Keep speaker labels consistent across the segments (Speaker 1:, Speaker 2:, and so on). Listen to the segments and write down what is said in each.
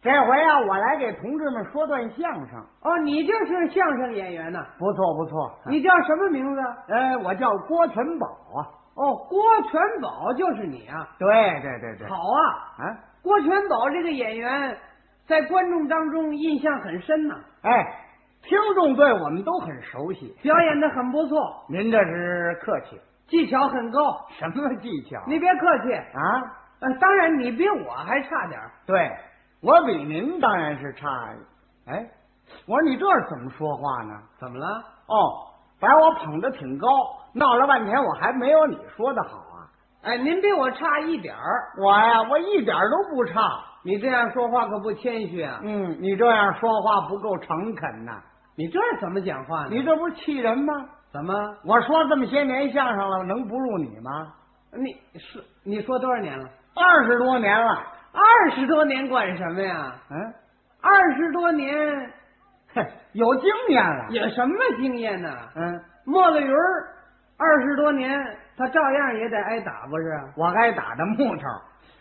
Speaker 1: 这回啊，我来给同志们说段相声，
Speaker 2: 哦，你就是相声演员呐、
Speaker 1: 不错不错。
Speaker 2: 你叫什么名字？
Speaker 1: 呃，啊我叫郭全宝啊。
Speaker 2: 哦，郭全宝就是你啊！
Speaker 1: 对对对对。
Speaker 2: 好啊，
Speaker 1: 啊，
Speaker 2: 郭全宝这个演员在观众当中印象很深呐、
Speaker 1: 哎，听众对我们都很熟悉。
Speaker 2: 表演的很不错，
Speaker 1: 您这是客气，
Speaker 2: 技巧很高。
Speaker 1: 什么技巧？
Speaker 2: 你别客气，
Speaker 1: 啊，
Speaker 2: 呃，当然你比我还差点儿
Speaker 1: 对我比您当然是差。哎，我说你这是怎么说话呢？
Speaker 2: 怎么了？
Speaker 1: 哦，把我捧得挺高，闹了半天我还没有你说的好啊。
Speaker 2: 哎，您比我差一点儿。
Speaker 1: 我呀，我一点儿都不差。
Speaker 2: 你这样说话可不谦虚啊！
Speaker 1: 嗯，你这样说话不够诚恳呐、
Speaker 2: 你这怎么讲话呢？
Speaker 1: 你这不是气人吗？
Speaker 2: 怎么？
Speaker 1: 我说这么些年相声了，能不入你吗？
Speaker 2: 你是你说多少年了？
Speaker 1: 二十多年了，
Speaker 2: 二十多年管什么呀？
Speaker 1: 嗯，
Speaker 2: 二十多年
Speaker 1: 嘿，有经验了，
Speaker 2: 有什么经验呢、
Speaker 1: 嗯，
Speaker 2: 莫了云儿二十多年，他照样也得挨打，不是？
Speaker 1: 我该打的木头，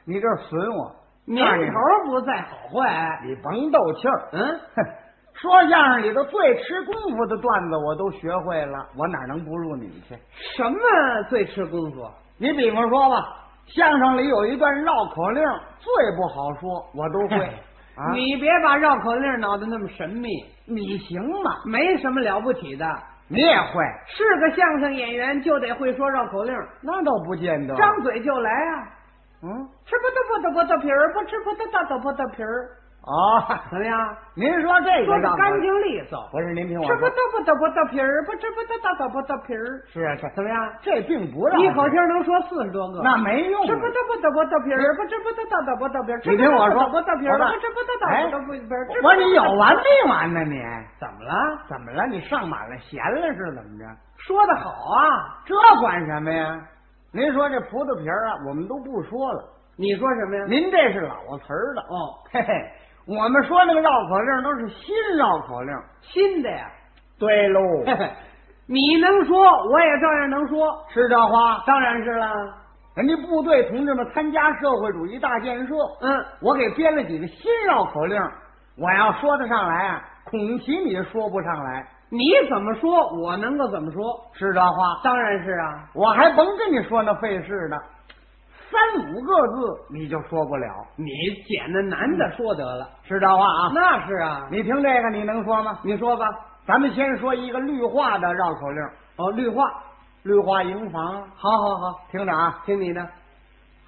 Speaker 1: 你这是损我，
Speaker 2: 年头
Speaker 1: 告
Speaker 2: 儿不在好坏，
Speaker 1: 诉你你甭斗气儿，
Speaker 2: 嗯，
Speaker 1: 哼，说相声里头最吃功夫的段子我都学会了，我哪能不入你去？
Speaker 2: 什么最吃功夫？。
Speaker 1: 你比方说吧，相声里有一段绕口令最不好说，我都会啊，
Speaker 2: 你别把绕口令闹得那么神秘，
Speaker 1: 你行吗？
Speaker 2: 没什么了不起的。
Speaker 1: 你也会？
Speaker 2: 是个相声演员就得会说绕口令，
Speaker 1: 那倒不见得。
Speaker 2: 张嘴就来啊！
Speaker 1: 嗯，
Speaker 2: 吃不得不得不得皮儿，不吃不得大的不得皮儿，
Speaker 1: 哦，
Speaker 2: 怎么样？
Speaker 1: 您说这
Speaker 2: 说
Speaker 1: 个
Speaker 2: 的
Speaker 1: 让
Speaker 2: 干
Speaker 1: 我
Speaker 2: 净利索，
Speaker 1: 不是您听我
Speaker 2: 吃不
Speaker 1: 说
Speaker 2: 得，不得不得皮儿，不吃不得大的不得皮儿，
Speaker 1: 是啊是啊，
Speaker 2: 怎么样？
Speaker 1: 这并不让
Speaker 2: 一口气儿能说四十多个。
Speaker 1: 那没用啊。
Speaker 2: 吃不得不得不得皮儿，不吃不得大的不得皮儿。
Speaker 1: 你听我说
Speaker 2: 不得皮儿，
Speaker 1: 我说
Speaker 2: 不吃不得大的不得皮儿。吃不
Speaker 1: 我
Speaker 2: 得
Speaker 1: 说你有完没完呢你？
Speaker 2: 怎么了？
Speaker 1: 怎么了？你上满了弦了是怎么着？
Speaker 2: 说的好啊！
Speaker 1: 这管什么呀？您说这葡萄皮儿啊，我们都不说了。
Speaker 2: 你说什么呀？
Speaker 1: 您这是老词儿的，
Speaker 2: 哦，
Speaker 1: 嘿嘿，我们说那个绕口令都是新绕口令。
Speaker 2: 新的呀！
Speaker 1: 对喽，
Speaker 2: 哦你能说，我也照样能说。
Speaker 1: 是这话。
Speaker 2: 当然是了。
Speaker 1: 人家部队同志们参加社会主义大建设，
Speaker 2: 嗯，
Speaker 1: 我给编了几个新绕口令，我要说得上来啊，恐其你说不上来，
Speaker 2: 你怎么说，我能够怎么说？
Speaker 1: 是这话。
Speaker 2: 当然是啊。
Speaker 1: 我还甭跟你说那费事呢，三五个字你就说不了，
Speaker 2: 你捡那男的说得了。
Speaker 1: 是这话啊。
Speaker 2: 那是啊。
Speaker 1: 你听这个，你能说吗？
Speaker 2: 你说吧。
Speaker 1: 咱们先说一个绿化的绕口令，
Speaker 2: 哦，绿化。
Speaker 1: 绿化营房，
Speaker 2: 好好好，
Speaker 1: 听着啊，
Speaker 2: 听你的。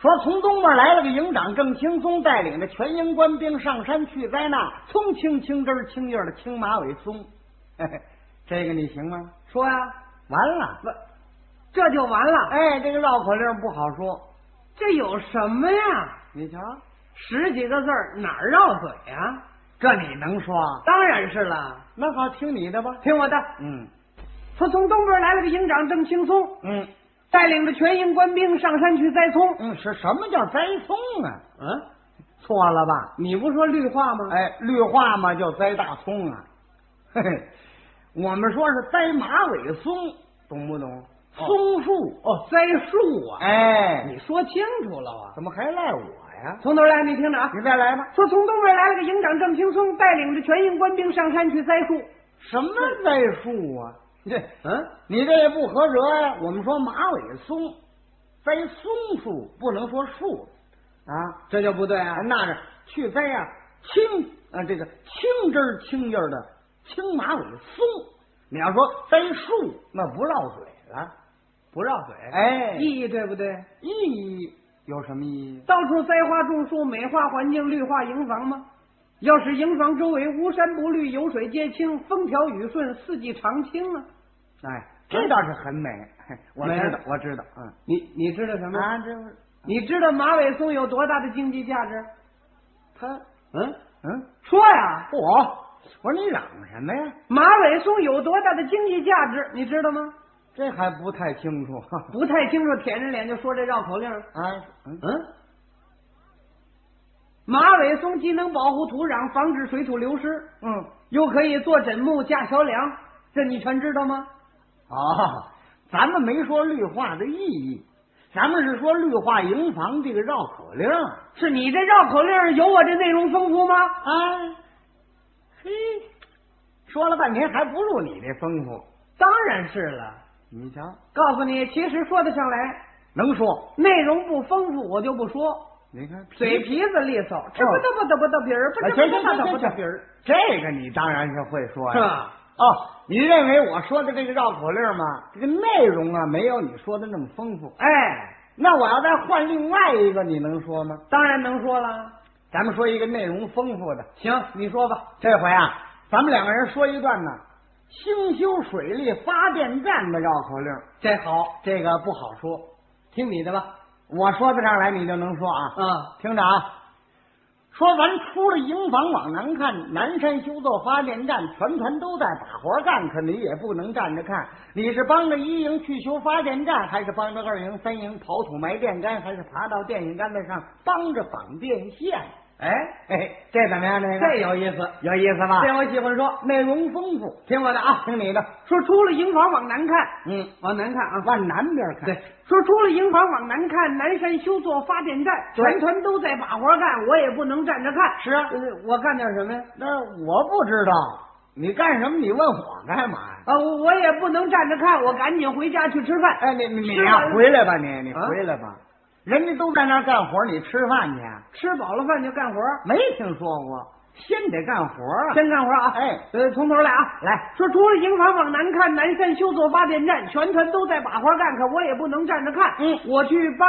Speaker 1: 说从东边来了个营长郑青松，带领着全营官兵上山去灾难。葱青青枝儿青叶儿的青马尾松， 嘿嘿，这个你行吗？
Speaker 2: 说呀、
Speaker 1: 完了，
Speaker 2: 不，这就完了。
Speaker 1: 哎，这个绕口令不好说，
Speaker 2: 这有什么呀？
Speaker 1: 你瞧，
Speaker 2: 十几个字儿哪儿绕嘴呀？
Speaker 1: 这你能说？
Speaker 2: 当然是了，
Speaker 1: 那好，听你的吧。
Speaker 2: 听我的。
Speaker 1: 嗯
Speaker 2: 说从东边来了个营长郑青松，
Speaker 1: 嗯
Speaker 2: 带领着全营官兵上山去栽葱。
Speaker 1: 嗯，是什么叫栽葱啊？
Speaker 2: 嗯，
Speaker 1: 错了吧？
Speaker 2: 你不说绿化吗？
Speaker 1: 哎，绿化嘛叫栽大葱啊，嘿嘿，我们说是栽马尾松，懂不懂？松树，
Speaker 2: 哦，栽树啊！
Speaker 1: 哎，
Speaker 2: 哦你说清楚了啊！
Speaker 1: 怎么还赖我 呀？
Speaker 2: 从头来，你听着啊。
Speaker 1: 你再来吧。
Speaker 2: 说从东边来了个营长郑青松，带领着全营官兵上山去栽树。
Speaker 1: 什么栽树啊？这
Speaker 2: 嗯，
Speaker 1: 你这也不合辙呀、我们说马尾松，栽松树不能说树啊，
Speaker 2: 这就不对啊！
Speaker 1: 那是去栽呀、青啊这个青枝儿青叶儿的青马尾松。你要说栽树，那不绕嘴了。
Speaker 2: 不绕嘴，
Speaker 1: 哎
Speaker 2: 意义对不对？
Speaker 1: 意义有什么意义？
Speaker 2: 到处栽花种树，美化环境，绿化营房吗？要是营房周围无山不绿，有水皆清，风调雨顺，四季常青啊！
Speaker 1: 哎，这倒是很美，嘿我
Speaker 2: 美
Speaker 1: 知道，我知道，嗯。
Speaker 2: 你你知道什么？
Speaker 1: 啊，这不是
Speaker 2: 你知道马尾松有多大的经济价值？
Speaker 1: 他，
Speaker 2: 嗯，
Speaker 1: 嗯，
Speaker 2: 说呀，
Speaker 1: 嚯！我说你嚷什么呀？
Speaker 2: 马尾松有多大的经济价值？你知道吗？
Speaker 1: 这还不太清 楚。
Speaker 2: 不太清楚，舔着脸就说这绕口令。
Speaker 1: 啊，嗯，
Speaker 2: 嗯，马尾松既能保护土壤，防止水土流失，
Speaker 1: 嗯，
Speaker 2: 又可以做枕木、架桥梁，这你全知道吗？
Speaker 1: 啊哦，咱们没说绿化的意义，咱们是说绿化营房这个绕口令儿
Speaker 2: 是你这绕口令儿有我这内容丰富吗？
Speaker 1: 啊。嘿，说了半天还不如你这丰富。
Speaker 2: 当然是了。
Speaker 1: 你瞧，
Speaker 2: 告诉你，其实说得上来，
Speaker 1: 能说？
Speaker 2: 内容不丰富我就不说，
Speaker 1: 你看
Speaker 2: 嘴皮子利索，这不嘚不嘚不嘚皮儿，不
Speaker 1: 啊
Speaker 2: 嘚
Speaker 1: 行
Speaker 2: 不
Speaker 1: 行
Speaker 2: 嘚不
Speaker 1: 行行
Speaker 2: 嘚不嘚皮儿，
Speaker 1: 这个你当然是会说
Speaker 2: 是
Speaker 1: 呀。
Speaker 2: 吧？
Speaker 1: 哦，你认为我说的这个绕口令吗？这个内容啊，没有你说的那么丰富。
Speaker 2: 哎，
Speaker 1: 那我要再换另外一个，你能说吗？
Speaker 2: 当然能说了。
Speaker 1: 咱们说一个内容丰富的。
Speaker 2: 行，你说吧。
Speaker 1: 这回啊，咱们两个人说一段呢，兴修水利发电站的绕口令。
Speaker 2: 这好，
Speaker 1: 这个不好说，
Speaker 2: 听你的吧。
Speaker 1: 我说得上来，你就能说啊。
Speaker 2: 啊，
Speaker 1: 听着啊，说咱出了营房往南看，南山修造发电站，全团都在把活干，可你也不能站着看。你是帮着一营去修发电站，还是帮着二营、三营刨土埋电杆，还是爬到电线杆子上帮着绑电线？
Speaker 2: 哎，
Speaker 1: 哎，这怎么样？这个
Speaker 2: 这有意思，
Speaker 1: 有意思吧？
Speaker 2: 这我喜欢说。
Speaker 1: 内容丰富，
Speaker 2: 听我的啊，
Speaker 1: 听你的，
Speaker 2: 说出了营房往南看，
Speaker 1: 嗯，
Speaker 2: 往南看啊。
Speaker 1: 往南边看。
Speaker 2: 对，，说出了营房往南看，南山修座发电站，
Speaker 1: 对
Speaker 2: 全团都在把活干，我也不能站着看。
Speaker 1: 是啊
Speaker 2: 呃我干点什么呀？
Speaker 1: 那我不知道你干什么，你问我干嘛呀？
Speaker 2: 啊，我我也不能站着看，我赶紧回家去吃饭。
Speaker 1: 哎，你你你
Speaker 2: 吃
Speaker 1: 呀、
Speaker 2: 饭
Speaker 1: 回来吧，你你
Speaker 2: 啊
Speaker 1: 回来吧，人家都在那儿干活，你吃饭去啊？
Speaker 2: 吃饱了饭就干活，
Speaker 1: 没听说过，先得干活啊！
Speaker 2: 先干活啊。
Speaker 1: 哎，
Speaker 2: 呃，从头来啊。
Speaker 1: 来，
Speaker 2: 说出了营房往南看，南山修座发电站，全团都在把活干，可我也不能站着看。
Speaker 1: 嗯
Speaker 2: 我去帮，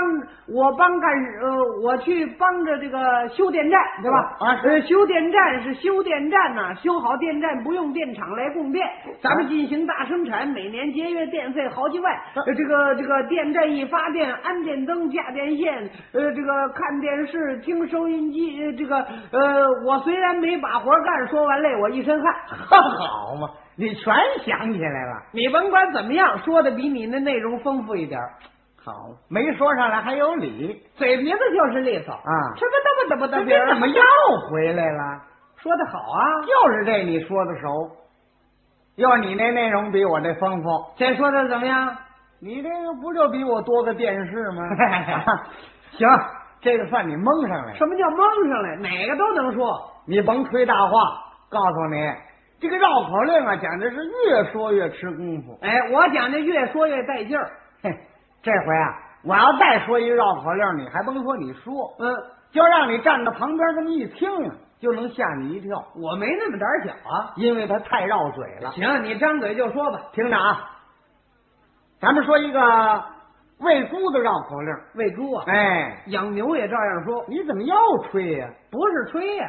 Speaker 2: 我帮干，呃，我去帮着这个修电站，对吧？
Speaker 1: 啊是
Speaker 2: 呃，修电站是修电站呐、修好电站不用电厂来供电，
Speaker 1: 哎
Speaker 2: 咱们进行大生产，每年节约电费好几万。
Speaker 1: 啊
Speaker 2: 呃，这个这个电站一发电，安电灯、架电线，呃，这个看电视、听收音机，呃这个呃，我虽然没把活干，说完累，我一身汗。
Speaker 1: 好嘛，你全想起来了，
Speaker 2: 你甭管怎么样，说的比你那内容丰富一点儿，
Speaker 1: 好，没说上来还有理，
Speaker 2: 嘴皮子就是利索
Speaker 1: 啊
Speaker 2: 吃不嘚不嘚不
Speaker 1: 这
Speaker 2: 嘚别人
Speaker 1: 怎么又回来了？
Speaker 2: 说的好啊？
Speaker 1: 就是这你说的熟，要你那内容比我这丰富，
Speaker 2: 这说的怎么样？
Speaker 1: 你这个不就比我多个电视 吗？ 行，这个算你蒙上来了，
Speaker 2: 什么叫蒙上来？哪个都能说。
Speaker 1: 你甭吹大话，告诉你，这个绕口令啊，讲的是越说越吃功夫。
Speaker 2: 哎，我讲的越说越带劲儿。
Speaker 1: 嘿，这回啊，我要再说一绕口令，你还甭说你说，
Speaker 2: 嗯，
Speaker 1: 就让你站在旁边这么一听啊，就能吓你一跳，
Speaker 2: 我没那么胆儿小啊。
Speaker 1: 因为它太绕嘴了。
Speaker 2: 行，你张嘴就说吧。
Speaker 1: 听着啊，咱们说一个喂猪的绕口令。
Speaker 2: 喂猪啊，
Speaker 1: 哎，
Speaker 2: 养牛也照样说，
Speaker 1: 你怎么又吹呀、
Speaker 2: 不是吹呀、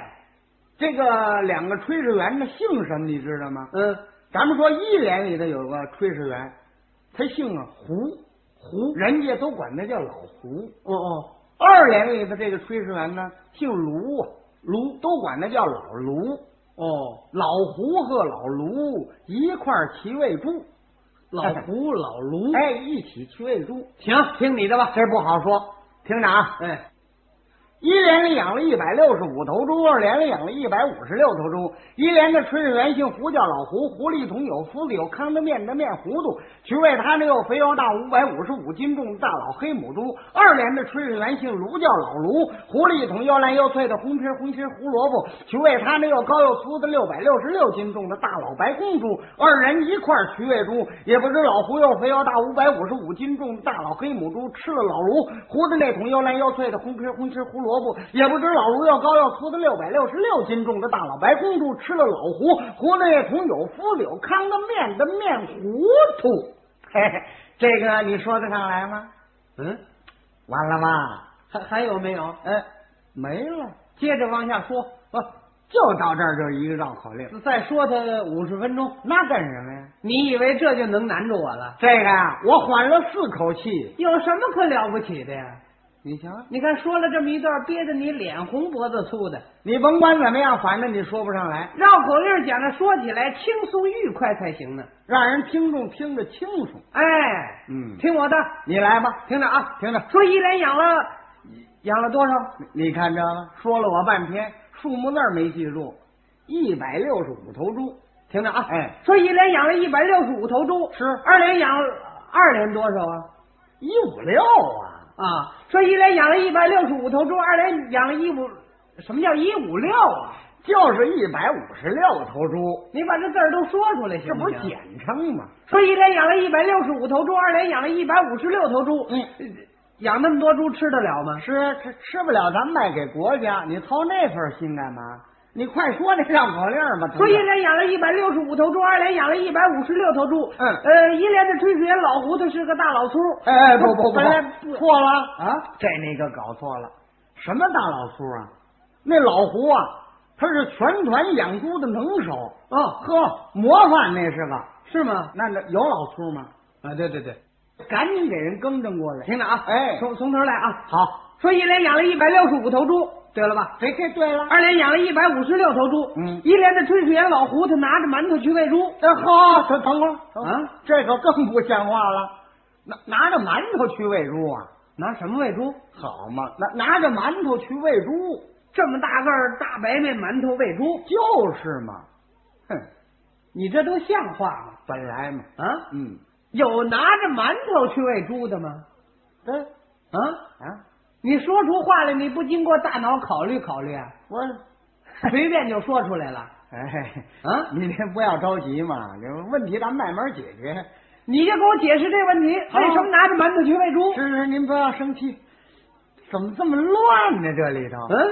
Speaker 1: 这个两个炊事员的姓什么你知道吗？
Speaker 2: 嗯，
Speaker 1: 咱们说一连里头有个炊事员，他姓啊胡，
Speaker 2: 胡。
Speaker 1: 人家都管他叫老胡。
Speaker 2: 哦哦，
Speaker 1: 二连里的这个炊事员呢，姓卢啊，卢都管他叫老卢。
Speaker 2: 哦，
Speaker 1: 老胡和老卢一块儿骑喂猪，
Speaker 2: 老 胡老卢。，
Speaker 1: 哎，一起去喂猪，
Speaker 2: 行，听你的吧。
Speaker 1: 这不好说。听着啊，
Speaker 2: 哎，
Speaker 1: 一连里养了一百六十五头猪，二连里养了一百五十六头猪。一连的炊事员姓胡，叫老胡，胡里桶有福子有糠的面的面糊涂，去喂他那又肥又大五百五十五斤重的大老黑母猪。二连的炊事员姓卢，叫老卢，胡里桶又烂又脆的红皮儿红心儿胡萝卜，去喂他那又高又粗的六百六十六斤重的大老白公猪。二人一块儿去喂猪，也不知老胡又肥又大五百五十五斤重的大老黑母猪吃了老卢胡的那桶又烂又脆的红皮儿红心儿胡萝卜，也不知老卢又高又粗的六百六十六斤重的大老白公猪吃了老胡胡的那桶有麸柳糠的面的面糊涂。嘿嘿，这个你说得上来吗？
Speaker 2: 嗯，
Speaker 1: 完了吧？
Speaker 2: 还还有没有？
Speaker 1: 呃，没了，
Speaker 2: 接着往下说，
Speaker 1: 不就到这儿就是一个绕口令，
Speaker 2: 再说他五十分钟。
Speaker 1: 那干什么呀？
Speaker 2: 你以为这就能难住我了？
Speaker 1: 这个呀、我缓了四口气。
Speaker 2: 有什么可了不起的呀？
Speaker 1: 你瞧，
Speaker 2: 你看说了这么一段，憋得你脸红脖子粗的。
Speaker 1: 你甭管怎么样，反正你说不上来，
Speaker 2: 绕口令讲的说起来轻松愉快才行呢。
Speaker 1: 让人听众听着清楚。
Speaker 2: 哎，
Speaker 1: 嗯
Speaker 2: 听我的，
Speaker 1: 你来吧，
Speaker 2: 听着啊，
Speaker 1: 听着，
Speaker 2: 说一连养了养了多少？
Speaker 1: 你你看着了，说了我半天，数目字儿没记住，一百六十五头猪。
Speaker 2: 听着啊，
Speaker 1: 哎，
Speaker 2: 说一连养了一百六十五头猪，
Speaker 1: 是
Speaker 2: 二连养了二连多少啊？
Speaker 1: 一五六啊，
Speaker 2: 啊，说一连养了一百六十五头猪，二连养了一五，什么叫一五六啊？
Speaker 1: 就是一百五十六头猪，
Speaker 2: 你把这字儿都说出来行
Speaker 1: 这不
Speaker 2: 行？
Speaker 1: 是简称吗？
Speaker 2: 说一连养了一百六十五头猪，二连养了一百五十六头猪，
Speaker 1: 嗯
Speaker 2: 养那么多猪吃得了吗？
Speaker 1: 是吃吃不了，咱卖给国家，你操那份心干嘛？你快说那绕口令吧，
Speaker 2: 说
Speaker 1: 同
Speaker 2: 一
Speaker 1: 志
Speaker 2: 连养了一百六十五头猪，二连养了一百五十六头猪。
Speaker 1: 嗯
Speaker 2: 呃，一连的炊事员老胡他是个大老粗。
Speaker 1: 哎哎不不不
Speaker 2: 本来
Speaker 1: 不，错了啊！这你可搞错了，什么大老粗啊？那老胡啊，他是全团养猪的能手，啊
Speaker 2: 哦，
Speaker 1: 呵，模范那是个。
Speaker 2: 是吗？
Speaker 1: 那那有老粗吗？
Speaker 2: 啊，对对对，
Speaker 1: 赶紧给人更正过来。
Speaker 2: 听着啊，
Speaker 1: 哎
Speaker 2: 从从头来啊。
Speaker 1: 好，
Speaker 2: 说一连养了一百六十五头猪，对了吧？
Speaker 1: 这这对了。
Speaker 2: 二连养了一百五十六头猪。
Speaker 1: 嗯
Speaker 2: 一连的炊事员老胡他拿着馒头去喂猪。
Speaker 1: 哎，好，等等会儿等会儿
Speaker 2: 啊，
Speaker 1: 这可更不像话了。拿拿着馒头去喂猪啊？
Speaker 2: 拿什么喂猪？
Speaker 1: 好嘛，拿拿着馒头去喂猪，
Speaker 2: 这么大个儿大白面馒头喂猪，
Speaker 1: 就是嘛。哼，
Speaker 2: 你这都像话吗？
Speaker 1: 本来嘛，
Speaker 2: 啊，
Speaker 1: 嗯，
Speaker 2: 有拿着馒头去喂猪的吗？
Speaker 1: 对
Speaker 2: 啊，
Speaker 1: 啊，
Speaker 2: 你说出话来，你不经过大脑考虑考虑啊，
Speaker 1: 我
Speaker 2: 随便就说出来了
Speaker 1: 哎，
Speaker 2: 啊？
Speaker 1: 你这不要着急嘛，这问题咱慢慢解决。
Speaker 2: 你就给我解释这问题，
Speaker 1: 好
Speaker 2: 为什么拿着馒头去喂猪？
Speaker 1: 是是，您不要生气，怎么这么乱呢？这里头，
Speaker 2: 嗯，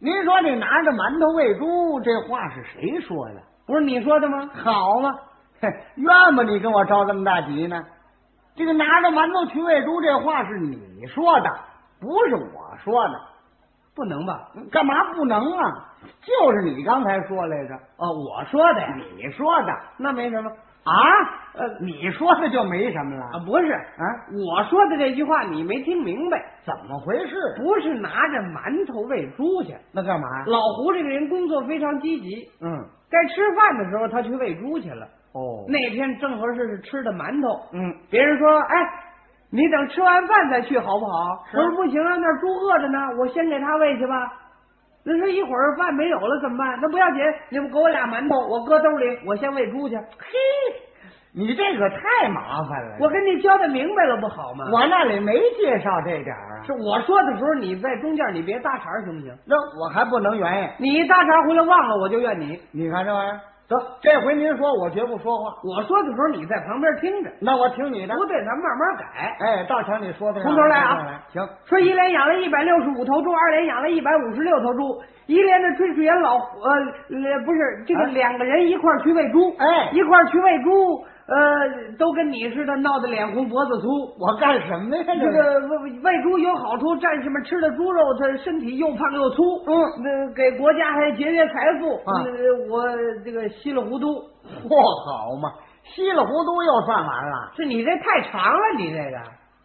Speaker 1: 您说这拿着馒头喂猪，这话是谁说的？
Speaker 2: 不是你说的吗？
Speaker 1: 好嘛， 嘿怨不你跟我着这么大急呢？这个拿着馒头去喂猪这话是你说的，不是我说的，
Speaker 2: 不能吧？
Speaker 1: 干嘛不能啊？就是你刚才说来着，
Speaker 2: 哦，我说的呀，
Speaker 1: 你说的
Speaker 2: 那没什么
Speaker 1: 啊？呃，你说的就没什么了
Speaker 2: 啊，不是，
Speaker 1: 啊？
Speaker 2: 我说的这句话你没听明白，
Speaker 1: 怎么回事？
Speaker 2: 不是拿着馒头喂猪去。
Speaker 1: 那干嘛？
Speaker 2: 老胡这个人工作非常积极，
Speaker 1: 嗯，
Speaker 2: 该吃饭的时候他去喂猪去了。
Speaker 1: 哦，
Speaker 2: 那天正合适是吃的馒头，
Speaker 1: 嗯，
Speaker 2: 别人说：“哎，你等吃完饭再去好不好？”
Speaker 1: 是
Speaker 2: 我说：“不行啊，那猪饿着呢，我先给它喂去吧。”那说一会儿饭没有了怎么办？那不要紧，你们给我俩馒头，我搁兜里，我先喂猪去。
Speaker 1: 嘿， 你这可太麻烦了。
Speaker 2: 我跟你交代明白了不好吗？
Speaker 1: 哎我那里没介绍这点儿啊
Speaker 2: 是，我说的时候，你在中间你别搭茬儿行不行？
Speaker 1: 那我还不能原谅。
Speaker 2: 你一搭茬儿回来忘了，我就怨你。
Speaker 1: 你看这玩意儿，得这回您说我绝不说话，
Speaker 2: 我说的时候你在旁边听着，
Speaker 1: 那我听你的。
Speaker 2: 不对咱慢慢改。
Speaker 1: 哎，大强，你说的
Speaker 2: 从头来啊！
Speaker 1: 行，
Speaker 2: 说一连养了一百六十五头猪，二连养了一百五十六头猪，一连的炊事员老呃呃不是这个
Speaker 1: 啊
Speaker 2: 两个人一块儿去喂猪，
Speaker 1: 哎
Speaker 2: 一块儿去喂猪，呃，都跟你似的闹得脸红脖子粗。
Speaker 1: 我干什么呀？
Speaker 2: 这
Speaker 1: 这
Speaker 2: 个喂喂猪有好处，战士们吃了猪肉，他身体又胖又粗，
Speaker 1: 嗯
Speaker 2: 那给国家还节约财富。
Speaker 1: 啊
Speaker 2: 呃我这个稀里糊涂，
Speaker 1: 嚯，好嘛，稀里糊涂又算完了，
Speaker 2: 是你这太长了，你这个，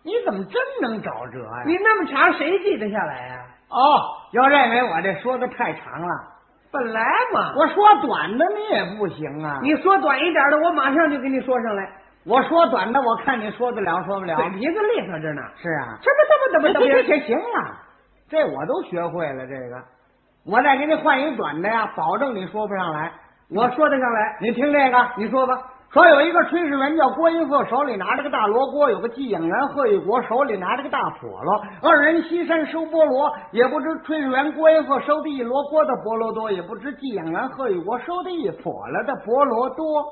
Speaker 1: 你怎么真能找辙呀、
Speaker 2: 你那么长谁记得下来呀、
Speaker 1: 哦，要认为我这说的太长
Speaker 2: 啊
Speaker 1: 了，
Speaker 2: 本来嘛，
Speaker 1: 我说短的你也不行啊。
Speaker 2: 你说短一点的，我马上就给你说上来。啊
Speaker 1: 我说短的，我看你说得了说不了。
Speaker 2: 嘴皮子利索着呢。
Speaker 1: 是啊，
Speaker 2: 这不这不这不
Speaker 1: 这
Speaker 2: 这
Speaker 1: 这行了，这我都学会了。这个，我再给你换一短的呀，保证你说不上来。
Speaker 2: 我说得上来，
Speaker 1: 你听这个，
Speaker 2: 你说吧。
Speaker 1: 说有一个炊事员叫郭英鹤，手里拿着个大罗锅；有个寄养员贺玉国，手里拿着个大笸箩。二人西山收菠萝，也不知炊事员郭英鹤收的一箩锅的菠萝多，也不知寄养员贺玉国收的一笸箩的菠萝多。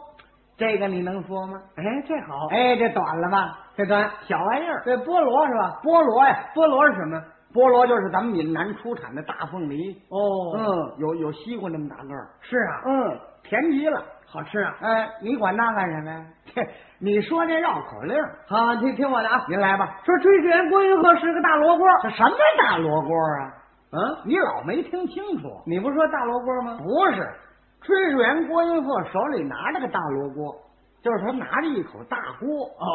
Speaker 1: 这个你能说吗？
Speaker 2: 哎，这好，
Speaker 1: 哎，这短了吧？
Speaker 2: 这端
Speaker 1: 小玩意儿，
Speaker 2: 这菠萝是吧？
Speaker 1: 菠萝呀，
Speaker 2: 菠萝是什么？
Speaker 1: 菠萝就是咱们闽南出产的大凤梨，
Speaker 2: 哦嗯，
Speaker 1: 嗯，有有西瓜那么大个儿，
Speaker 2: 是啊，
Speaker 1: 嗯，甜极了。
Speaker 2: 好吃啊。
Speaker 1: 哎，你管那干什么呀？切你说这绕口令儿，
Speaker 2: 好，听听我的啊。
Speaker 1: 您来吧。
Speaker 2: 说炊事员郭云鹤是个大罗锅。
Speaker 1: 这什么大罗锅啊？
Speaker 2: 嗯，
Speaker 1: 你老没听清楚？
Speaker 2: 你不说大罗锅吗？
Speaker 1: 不是，炊事员郭云鹤手里拿着个大罗锅，就是他拿着一口大锅。
Speaker 2: 哦，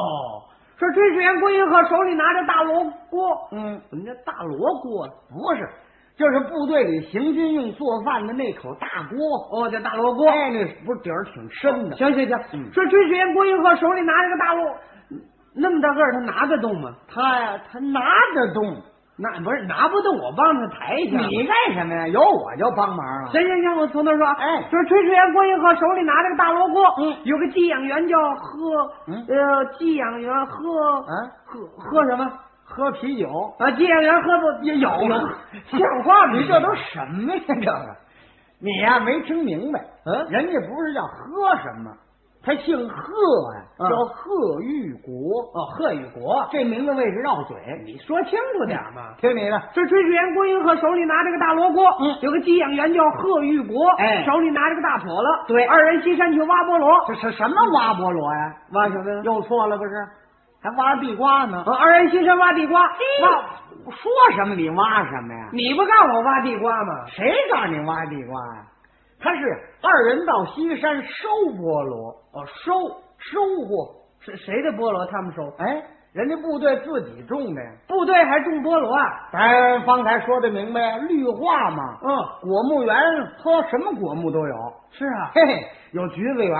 Speaker 2: 说炊事员郭云鹤手里拿着大罗锅。
Speaker 1: 嗯，
Speaker 2: 怎么叫大罗锅？
Speaker 1: 不是，就是部队里行军用做饭的那口大锅。
Speaker 2: 哦，叫大罗锅。哦
Speaker 1: 哎，那不是底儿挺深的，
Speaker 2: 行行行，
Speaker 1: 嗯
Speaker 2: 说炊事员郭云鹤手里拿着个大罗，那么大个儿，他拿得动吗？
Speaker 1: 他呀，他拿得动。
Speaker 2: 那不是拿不动，我帮他抬一下。
Speaker 1: 你干什么呀？有我就帮忙了。
Speaker 2: 行行行，我从头说啊。
Speaker 1: 哎
Speaker 2: 说炊事员郭云鹤手里拿着个大罗锅，
Speaker 1: 嗯
Speaker 2: 有个寄养员叫贺，
Speaker 1: 嗯
Speaker 2: 呃，寄养员贺，
Speaker 1: 啊，
Speaker 2: 贺贺什么？
Speaker 1: 喝啤酒
Speaker 2: 啊，街上人喝不
Speaker 1: 也有
Speaker 2: 吗？
Speaker 1: 哎 像话吗？你这都什么呀？这个，你呀、没听明白，
Speaker 2: 嗯
Speaker 1: 人家不是叫喝什么，他姓贺呀、
Speaker 2: 嗯
Speaker 1: 叫贺玉国。
Speaker 2: 哦，贺宇国，
Speaker 1: 这名字为什绕嘴？
Speaker 2: 你说清楚点儿嘛。
Speaker 1: 听你的，
Speaker 2: 这炊事员郭英鹤手里拿着个大罗锅，
Speaker 1: 嗯
Speaker 2: 有个给养员叫贺玉国，
Speaker 1: 哎
Speaker 2: 手里拿着个大笸箩，
Speaker 1: 对
Speaker 2: 二人西山去挖菠萝，
Speaker 1: 这是什么挖菠萝呀、嗯
Speaker 2: 挖什么呀？
Speaker 1: 又错了不是？还挖地瓜呢？
Speaker 2: 啊二人西山挖地瓜，挖，
Speaker 1: 挖说什么你挖什么呀？
Speaker 2: 你不告我挖地瓜吗？
Speaker 1: 谁告诉你挖地瓜呀、他是二人到西山收菠萝，
Speaker 2: 哦，收
Speaker 1: 收获。
Speaker 2: 是谁的菠萝？他们收，
Speaker 1: 哎，人家部队自己种的呀。
Speaker 2: 部队还种菠萝啊？
Speaker 1: 咱方才说的明白，绿化嘛，
Speaker 2: 嗯，
Speaker 1: 果木园喝什么果木都有，
Speaker 2: 是啊，
Speaker 1: 嘿嘿，有橘子园，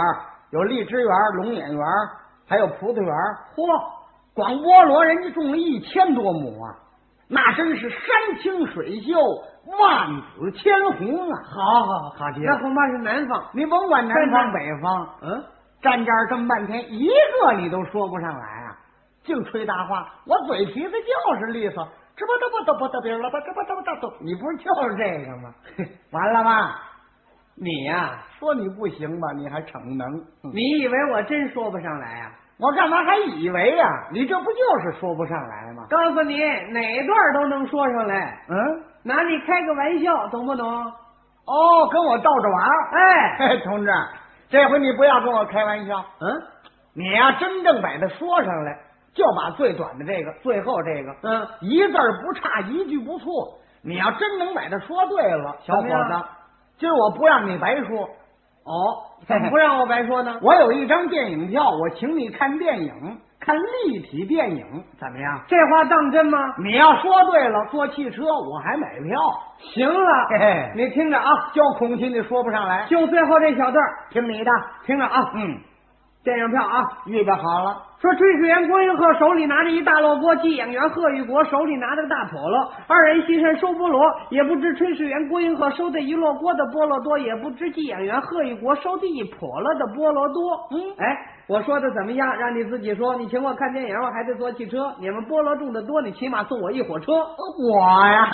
Speaker 1: 有荔枝园、龙眼园，还有葡萄园。嚯，广菠萝人家种了一千多亩啊，那真是山清水秀，万紫千红啊！
Speaker 2: 好好哦好，
Speaker 1: 好极
Speaker 2: 那
Speaker 1: 了，
Speaker 2: 恐怕是南方，
Speaker 1: 你甭管南
Speaker 2: 站
Speaker 1: 方
Speaker 2: 这
Speaker 1: 北方，
Speaker 2: 嗯，
Speaker 1: 站这儿这么半天，一个你都说不上来啊，净吹大话。我嘴皮子就是利索，这不这不这不这边了吧，这不这不这不，你不是就是这个吗？ 完了吧？
Speaker 2: 你呀、
Speaker 1: 说你不行吧，你还逞能。嗯
Speaker 2: 你以为我真说不上来啊？
Speaker 1: 我干嘛还以为呀、你这不就是说不上来吗？
Speaker 2: 告诉你，哪段儿都能说上来，
Speaker 1: 嗯，
Speaker 2: 拿你开个玩笑，懂不懂？
Speaker 1: 哦，跟我逗着玩儿。
Speaker 2: 哎，
Speaker 1: 嘿， 同志，这回你不要跟我开玩笑，
Speaker 2: 嗯
Speaker 1: 你呀、真正把它说上来，就把最短的这个，最后这个，
Speaker 2: 嗯，
Speaker 1: 一字儿不差，一句不错。你要真能把它说对了，小伙
Speaker 2: 怎么
Speaker 1: 子
Speaker 2: 样，
Speaker 1: 今儿我不让你白说。
Speaker 2: 哦， 怎么不让我白说呢？
Speaker 1: 我有一张电影票，我请你看电影，看立体电影，怎么样？
Speaker 2: 这话当真吗？
Speaker 1: 你要说对了，坐汽车我还买票。
Speaker 2: 行了，
Speaker 1: 嘿嘿
Speaker 2: 你听着啊，
Speaker 1: 就恐惧你说不上来，
Speaker 2: 就最后这小段儿，
Speaker 1: 听你的。
Speaker 2: 听着啊，
Speaker 1: 嗯，
Speaker 2: 电影票啊。
Speaker 1: 预备好了。
Speaker 2: 说炊事员郭英鹤手里拿着一大箩锅，寄养员贺玉国手里拿着个大笸箩，二人西山收菠萝，也不知炊事员郭英鹤收的一箩锅的菠萝多，也不知寄养员贺玉国收的一笸箩的菠萝多。
Speaker 1: 嗯
Speaker 2: 哎，我说的怎么样？让你自己说。你请我看电影，我还得坐汽车。你们菠萝种的多，你起码送我一火车。
Speaker 1: 我呀，